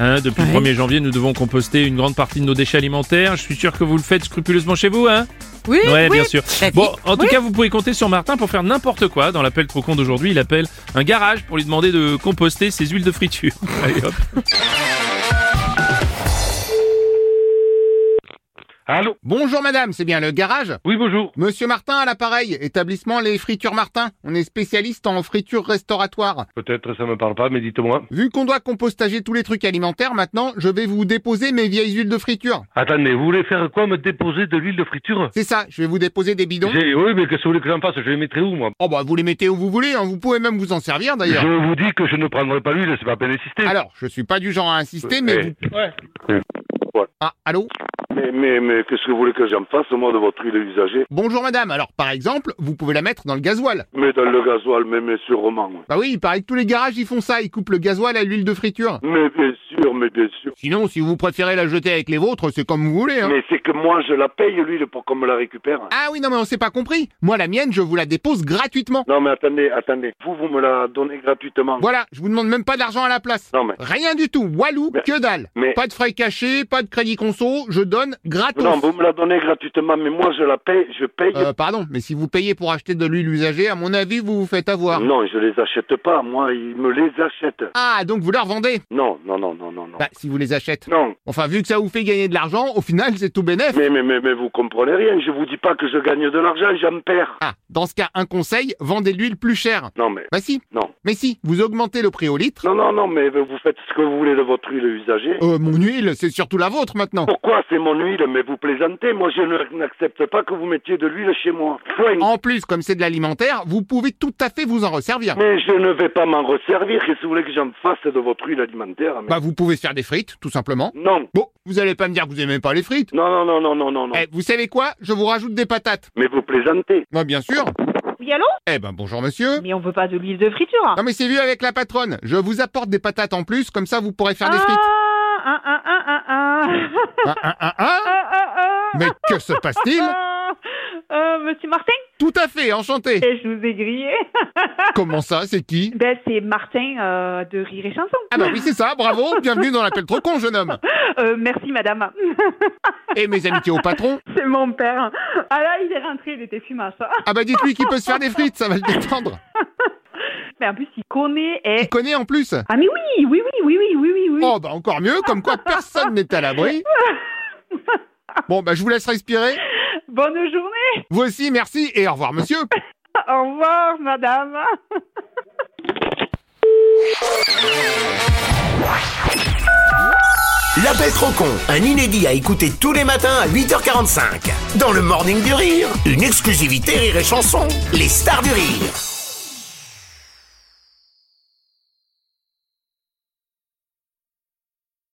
Hein, depuis le 1er janvier, nous devons composter une grande partie de nos déchets alimentaires. Je suis sûr que vous le faites scrupuleusement chez vous, hein Oui, Ouais, oui. Bah, bien sûr. La vie. Bon, en tout Oui. cas, vous pouvez compter sur Martin pour faire n'importe quoi. Dans l'appel trop con d'aujourd'hui, il appelle un garage pour lui demander de composter ses huiles de friture. Allez, hop. Allô Bonjour madame, c'est bien le garage Oui, bonjour. Monsieur Martin à l'appareil, établissement Les Fritures Martin. On est spécialiste en friture restauratoire. Peut-être ça me parle pas, mais dites-moi. Vu qu'on doit compostager tous les trucs alimentaires, maintenant, je vais vous déposer mes vieilles huiles de friture. Attendez, vous voulez faire quoi Me déposer de l'huile de friture C'est ça, je vais vous déposer des bidons. J'ai- Oui, mais qu'est-ce que vous voulez que j'en fasse Je les mettrai où, moi Oh bah vous les mettez où vous voulez, hein. vous pouvez même vous en servir d'ailleurs. Je vous dis que je ne prendrai pas l'huile, c'est pas peine d'insister. Alors, je suis pas du genre à insister, mais Eh. vous... Eh. Ouais. Ah, allô Mais, mais, mais qu'est-ce que vous voulez que j'en fasse, moi, de votre huile usagée Bonjour madame, alors par exemple, vous pouvez la mettre dans le gasoil. Mais dans le gasoil, mais, mais sûrement. Bah oui, il paraît que tous les garages ils font ça, ils coupent le gasoil à l'huile de friture. Mais bien sûr, mais bien sûr. Sinon, si vous préférez la jeter avec les vôtres, c'est comme vous voulez. Hein. Mais c'est que moi, je la paye, l'huile, pour qu'on me la récupère. Ah oui, non mais on s'est pas compris. Moi la mienne, je vous la dépose gratuitement. Non, mais attendez, attendez. Vous, vous me la donnez gratuitement. Voilà, je vous demande même pas d'argent à la place. Non, mais... Rien du tout, walou, Mais- que dalle. mais- Pas de frais cachés, pas de crédit conso, je donne gratos. Non, vous me la donnez gratuitement, mais moi, je la paye, je paye... Euh, pardon, mais si vous payez pour acheter de l'huile usagée, à mon avis, vous vous faites avoir. Non, je les achète pas, moi, ils me les achètent. Ah, donc vous leur vendez Non, non, non, non, non, non. Bah, si vous les achetez. Non, Enfin, vu que ça vous fait gagner de l'argent, au final, c'est tout bénef. mais, mais, mais, mais vous comprenez rien, je vous dis pas que je gagne de l'argent, j'en perds. Ah, dans ce cas, un conseil, vendez l'huile plus chère. Non, mais... Bah si. Non. Mais si, vous augmentez le prix au litre. Non, non, non, mais vous faites ce que vous voulez de votre huile usagée. Euh, mon huile, c'est surtout la vôtre maintenant. Pourquoi c'est mon huile Mais vous plaisantez, moi je ne- n'accepte pas que vous mettiez de l'huile chez moi. Point. En plus, comme c'est de l'alimentaire, vous pouvez tout à fait vous en resservir. Mais je ne vais pas m'en resservir, et si vous voulez que j'en fasse de votre huile alimentaire mais- Bah, vous pouvez faire des frites, tout simplement. Non, Bon, vous allez pas me dire que vous aimez pas les frites. non, non, non, non, non, non, non. Eh, vous savez quoi Je vous rajoute des patates. Mais vous plaisantez. Bah, bien sûr. Oui, allô Eh ben, bonjour monsieur. Mais on veut pas de l'huile de friture. Non mais c'est vu avec la patronne. Je vous apporte des patates en plus, comme ça vous pourrez faire des frites. Ah, un, un, un, un, un. Hein, hein, hein, hein Ah, ah, ah. mais que se passe-t-il Ah, euh, Monsieur Martin, Tout à fait, enchanté. Eh, je vous ai grillé. Comment ça, c'est qui ben, c'est Martin euh, de Rire et Chanson. Ah bah oui, c'est ça, bravo, bienvenue dans l'appel trop con, jeune homme. Euh, merci, madame. Et mes amitiés au patron c'est mon père. Ah là, il est rentré, il était fumant, ça. Ah bah dites-lui qu'il peut se faire des frites, ça va le détendre. Mais en plus, il connaît. eh. Il connaît en plus. Ah, mais oui, oui, oui, oui, oui, oui, oui, oui. Oh bah encore mieux, comme quoi personne n'est à l'abri. Bon bah je vous laisse respirer. Bonne journée. Vous aussi, merci et au revoir monsieur. Au revoir, madame. L'appel trop con, un inédit à écouter tous les matins à 8h45. Dans le Morning du Rire, une exclusivité Rire et Chanson, les stars du rire.